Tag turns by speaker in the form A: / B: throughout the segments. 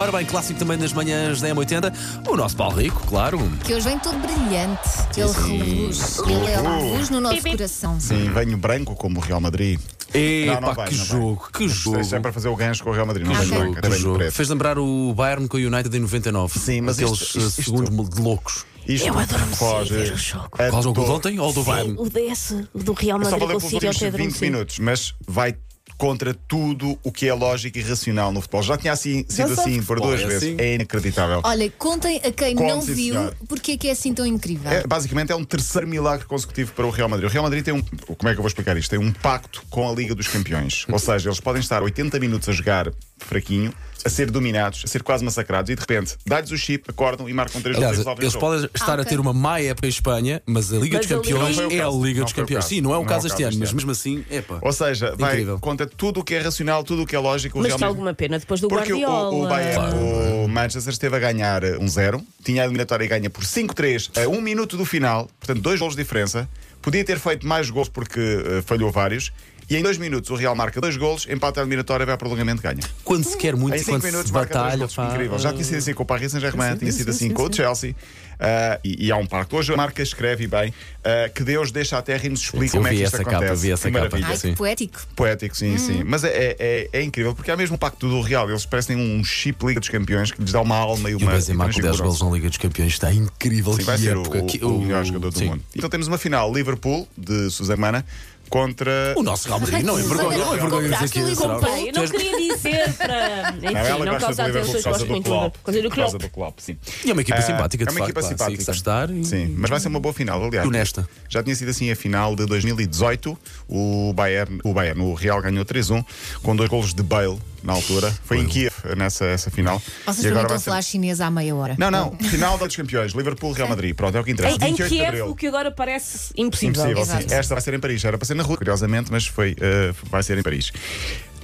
A: Ora bem, clássico também das manhãs da M80, o nosso Paulo Rico, claro.
B: que hoje vem todo brilhante. ele
C: sim.
B: reluz. Ele é
C: Uhul.
B: reluz no nosso coração.
C: Sim, venho branco como o Real Madrid.
A: Epá,
C: Não, não vai,
A: que
C: não vai.
A: jogo, que jogo.
C: Isto é sempre para fazer o gancho com o Real Madrid, não
A: Que
C: venho
A: jogo,
C: branca,
A: que
C: venho
A: jogo.
C: preto.
A: Fez lembrar o Bayern com o United em 99.
C: Sim, mas
A: Aqueles
C: isto- isto-
A: eh,
C: isto- é
A: segundos de loucos.
C: Isto
D: Eu adormeci
C: foge
D: ver o jogo.
C: a
A: Qual jogo de
C: todo-
A: ontem ou do Bayern?
D: É O DS do Real
C: Eu Só
D: Madrid
C: valeu
D: com
C: pelos
D: o Sírio
C: últimos
D: Pedro
C: 20 minutos, mas vai contra tudo o que é lógico e racional no futebol. Já tinha assim, sido
B: sou
C: assim por
A: futebol,
C: duas
A: é
C: vezes.
A: assim.
C: É inacreditável.
B: Olha, contem a quem
C: Conte,
B: não
C: sim,
B: viu
C: senhora.
B: porque é que é assim tão incrível.
C: É, basicamente é um terceiro milagre consecutivo para o Real Madrid. O Real Madrid tem um. Como é que eu vou explicar isto? Tem um pacto com a Liga dos Campeões. Ou seja, eles podem estar 80 minutos a jogar fraquinho, a ser dominados, a ser quase massacrados e de repente dá-lhes o chip, acordam e marcam 3 gols e
A: Aliás,
C: resolvem o
A: eles
C: jogo.
A: podem estar a
B: ok.
A: ter uma má época em Espanha, mas a Liga
D: Mas
A: dos
D: a Liga-
A: Campeões
C: Não foi o
A: é a
C: caso,
A: Liga
C: não
A: dos
C: foi o
A: Campeões.
C: caso.
A: Sim, não é o
C: Não
A: caso
C: é o
A: este
C: caso
A: ano,
C: este
A: mas
C: ano.
A: mesmo assim, epá.
C: Ou seja, vai
A: Incrível.
C: contra tudo o que é racional, tudo o que é lógico. o
D: Mas
C: Real
D: que
C: Madrid-
D: alguma pena depois do
C: Porque o-
D: Guardiola.
C: o, o, Bayern, o Manchester esteve a ganhar eh, um 0, tinha a eliminatória e ganha por 5-3 a 1 minuto do final, portanto, dois gols de diferença. Podia ter feito mais gols porque eh, falhou vários. E em dois minutos o Real marca dois golos, empata a eliminatória, vai a prolongamento, ganha.
A: Quando se quer muito,
C: Em
A: e
C: cinco
A: quando se
C: minutos marca dois
A: batalha.
C: golos,
A: pá,
C: incrível. Já tinha sido assim com o Paris Saint-Germain, tinha sido assim com o Chelsea. Ah, e, e há um pacto. Hoje a marca escreve bem ah, que Deus deixa a terra e nos explica
A: Eu
C: como é
A: vi
C: que isto
A: essa capa,
C: acontece.
A: vi essa
C: Que
A: capa.
C: maravilha.
B: Ai,
A: sim.
B: que poético.
C: Poético, sim,
D: Uhum.
C: sim. Mas é, é, é incrível porque há mesmo o pacto do Real. Eles parecem um chip Liga dos Campeões que lhes dá uma alma e
A: E o
C: uma.
A: Benzema
C: e
A: com 10
C: transfiguram.
A: golos na Liga dos Campeões está incrível.
C: Sim,
A: que
C: vai ser o,
A: época, que-
C: o, o melhor jogador do
A: Sim.
C: mundo. Então temos uma final Liverpool de Suzana contra.
A: O nosso Real Madrid não é vergonha, não é vergonha dizer que
B: Compraste o
A: é Será?
B: Liverpool.
D: Comprei, eu não queria dizer para. Enfim,
C: Não, ela
D: não,
C: gosta
D: causa
C: do Liverpool por
D: atenções,
C: causa
D: gosto
C: do
D: muito
C: Klopp.
D: do- por causa do
C: Por causa
D: Klopp.
C: do Klopp, sim.
A: E é uma equipa
C: Ah,
A: simpática, de
C: É uma
A: facto,
C: equipa
A: pá, sim,
C: simpática.
A: que sabe estar e-
C: Sim, mas vai ser uma boa final, aliás.
A: Honesta.
C: Já tinha sido assim a final de 2018. O Bayern, o, Bayern, o Real ganhou 3-1 com dois golos de Bale na altura. Foi em Kiev nessa essa final.
B: Vocês
C: e agora
B: perguntam
C: vai ser
B: falar chinês há meia hora.
C: Não, não. Final da dos campeões. Liverpool, Real Madrid. Pronto, é o que interessa.
D: Em, em
C: 28 de
D: Kiev, o
C: abril.
D: que agora parece impossível.
C: Impossível, sim.
B: Exato.
C: Esta vai ser em Paris. Era para ser na rua, curiosamente, mas foi, eh, vai ser em Paris.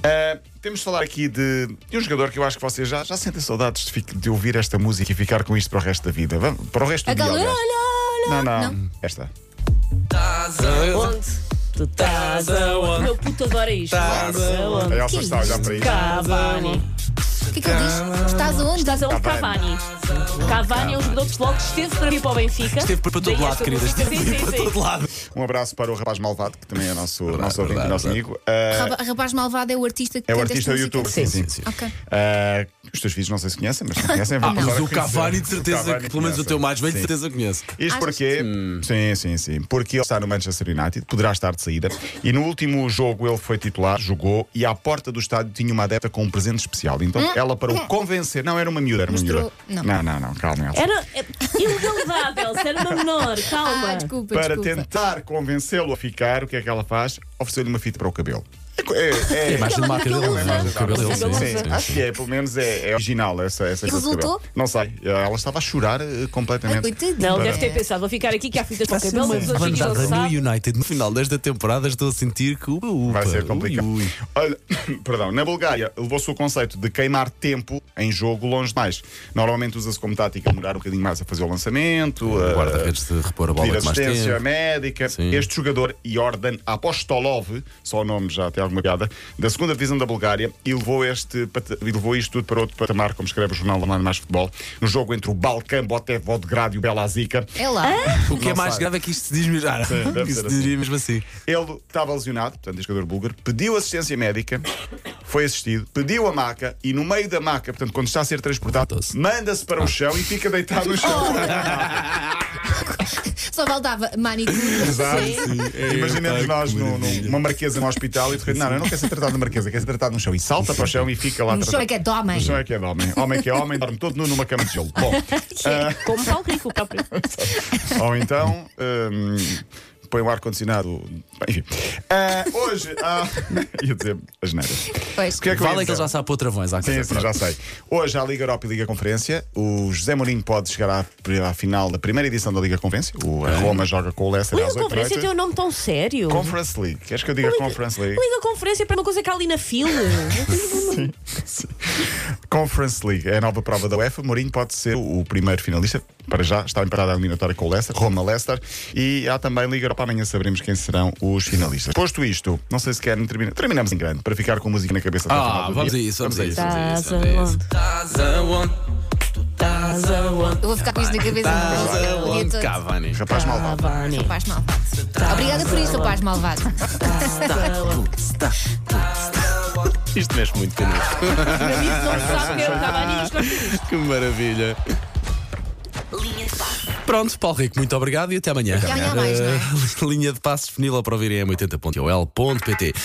C: Eh, temos de falar aqui de, de um jogador que eu acho que vocês já, já sentem saudades de, fi- de ouvir esta música e ficar com isto para o resto da vida. Vamos, para o resto do dia,
B: Aquela. Olha,
C: aliás.
B: olha,
C: Não,
B: olha.
C: não. Esta.
D: Onde? Tu estás aonde? Meu puto adora isto. Estás
C: A
D: aonde?
C: Elsa está a olhar para isto.
D: Cavani.
B: O que é que ele diz? Estás aonde?
D: Estás aonde?
C: Cavani.
D: Cavani. Cavani é um jogador de futebol que esteve para vir para o Benfica.
A: Esteve para todo
D: Daí
A: lado,
D: esta
A: querida.
D: música.
A: Esteve
D: Sim, sim,
A: para
D: sim.
A: todo lado.
C: Um abraço para o rapaz malvado, que também é nosso, nosso ouvinte,
A: verdade,
C: nosso
A: verdade.
C: amigo. Eh,
B: Raba- Rapaz malvado é o artista que
C: é o
B: canta
C: artista
B: esta
C: do
B: música.
C: YouTube.
D: Sim,
A: sim.
B: Ok.
C: Eh, os teus filhos não sei se conhecem, mas se conhecem, vão
A: Ah,
C: passar
A: mas
C: a
A: o
C: conhecer.
A: Cavani, de certeza,
C: Cavani
A: que pelo menos o
C: conhecem.
A: teu mais velho, de
C: Sim.
A: certeza Hum. conhece.
C: Isto porque. Sim, sim, sim. Porque ele está no Manchester United, poderá estar de saída. E no último jogo ele foi titular, jogou e à porta do estádio tinha uma adepta com um presente especial. Então ela, para o convencer. Não, era uma miúda, era uma
B: Mostrou-
C: miúda.
B: não.
C: Não, não, não, calma, Elsa.
D: Era é, ilegalidade, Elsa. Era uma menor. Calma.
B: Ah, desculpa,
C: Para
B: desculpa.
C: tentar convencê-lo a ficar, o que é que ela faz? Ofereceu-lhe uma fita para o cabelo. É co-
A: É
C: É,
A: a
C: é,
A: imagem de marca dele,
B: Aquela
A: não é?
B: blusa.
A: O cabelo dele, sim,
D: Aquela
A: sim,
D: blusa.
A: sim.
C: Acho que é, pelo menos é, é original essa, essa
B: E
C: coisa do
B: resultou?
C: cabelo. Não sei, ela estava a chorar eh,
B: Ai,
C: completamente.
B: coitadinha.
D: Não, deve ter pensado, vou ficar aqui que há fitas para o cabelo, mas hoje aqui
A: Levantada
D: não
A: no
D: sabe.
A: United no final desta temporada, estou a sentir que upa, upa,
C: Vai ser complicado.
A: ui, ui.
C: Olha, perdão, na Bulgária levou-se o conceito de queimar tempo em jogo longe demais. Normalmente usa-se como tática demorar um bocadinho mais a fazer o lançamento,
A: O
C: a
A: Um guarda-redes de repor a
C: pedir
A: bola que mais
C: assistência
A: tempo.
C: médica.
A: Sim.
C: Este jogador, Jordan Apostolov, só o nome já tem alguma piada, da segunda divisão da Bulgária, e levou, este, pata- e levou isto tudo para outro patamar, como escreve o jornal Online Mais Futebol, no jogo entre o Balcão, Botevo de Grado e o Bela Zica.
B: É lá.
A: O que é
C: Não
A: mais
C: sai.
A: grave é que isto se diz mesmo. Ah,
C: Sim, deve
A: que se
C: ser
A: diria mesmo assim.
C: Ele estava lesionado, portanto, este jogador búlgaro, pediu assistência médica, foi assistido, pediu a maca e no meio da maca, portanto, quando está a ser transportado,
A: Voltou-se.
C: manda-se
A: Ah.
C: para o chão e fica deitado no chão.
B: Só faltava manicure.
C: Exato. Imaginemos
A: Epá,
C: nós
A: É, que
C: num- num-
A: maravilha.
C: numa marquesa no hospital e de repente, não, eu não quero ser tratado de marquesa, quero ser tratado num chão. E salta para o chão e fica lá
B: No chão é que é de homem.
C: No chão é que é de homem. Homem que é homem, dorme todo nu numa cama de gelo. Bom,
D: Como Paulo Rico, o próprio.
C: ou então. hum, Põe o ar-condicionado. Enfim. Ah, hoje há. ia dizer as neiras.
B: Pois.
C: que é que eu ia
A: Vale é que
C: dizer?
A: ele já sabe para travões à
C: Sim,
A: casa.
C: sim, já sei. Hoje há Liga Europa e Liga Conferência. O José Mourinho pode chegar à, à final da primeira edição da Liga Conferência. O a Roma joga é com o Leicester
D: Liga
C: às 8 da
D: Conferência tem um
C: noite.
D: nome tão sério.
B: um-
C: Conference League. Queres que eu diga Conference League?
D: Liga Conferência para uma coisa que há ali na fila.
C: Conference League é a nova prova da UEFA. Mourinho pode ser o primeiro finalista. Para já está empatada a eliminatória com o Leicester, Roma-Leicester. E há também Liga Europa. Amanhã saberemos quem serão os finalistas. Posto isto, não sei se querem terminar. Terminamos em grande, para ficar com a música na cabeça. até ao final
A: Ah,
C: do
A: vamos a
C: dia.
A: isso, vamos a isso. Vamos a isso, vamos
D: Estás
A: a isso.
D: aonde? Estás aonde? Tu estás aonde?
B: Eu vou ficar com isto na cabeça.
A: Estás
B: o dia
A: aonde,
B: todo.
A: Cavani?
C: Rapaz malvado.
D: Cavani.
B: Rapaz malvado. Obrigada por isso, rapaz malvado.
D: Estás aonde?
A: Isto mexe muito conosco.
D: Para mim, não se sabe que é o Cavani, mas gosto disso.
A: Que maravilha. Pronto, Paulo Rico, muito obrigado e até amanhã.
B: amanhã mais, não é?
A: Eh, Linha de passos disponível para ouvirem em 80.ol.pt.